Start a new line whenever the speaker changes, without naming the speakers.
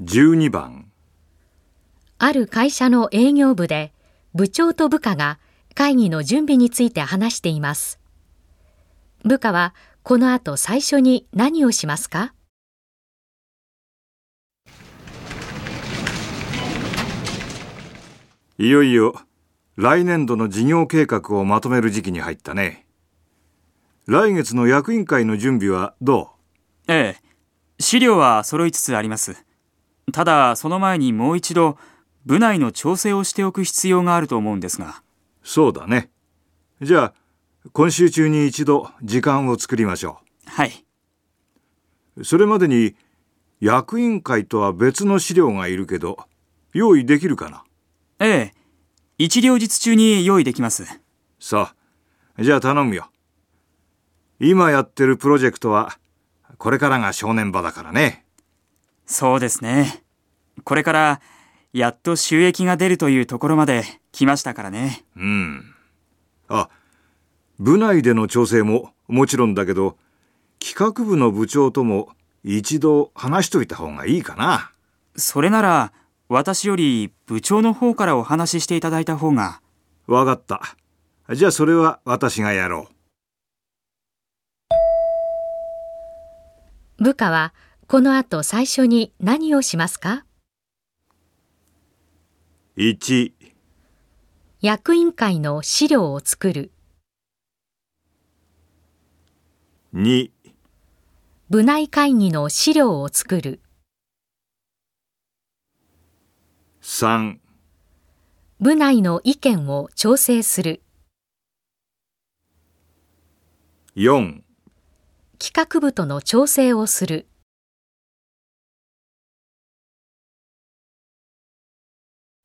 12番
ある会社の営業部で部長と部下が会議の準備について話しています。部下はこの後最初に何をしますか
いよいよ来年度の事業計画をまとめる時期に入ったね来月の役員会の準備はど
ええ。資料は揃いつつあります。ただ、その前にもう一度、部内の調整をしておく必要があると思うんですが。
うそうだねじゃあ今週中に一度時間を作りましょ
はい。
うそれまでに役員会とは別の資料がいるけど用意できるかな
ええ。一両日中に用意できます。
さあじゃあ頼むよ今やってるプロジェクトはこれからが正念場だからね
そうですね。これから、やっと収益が出るというところまで来ましたからね。
うん。あ、部内での調整ももちろんだけど、企画部の部長とも一度話しといた方がいいかな。
それなら、私より部長の方からお話ししていただいた方が。
わかった。じゃあそれは私がやろ
部下はこの後最初に何をしますか
う。1、
役員会の資料を作る。
2、
部内会議の資料を作る。
3、
部内の意見を調整する。
4、
企画部との調整をする。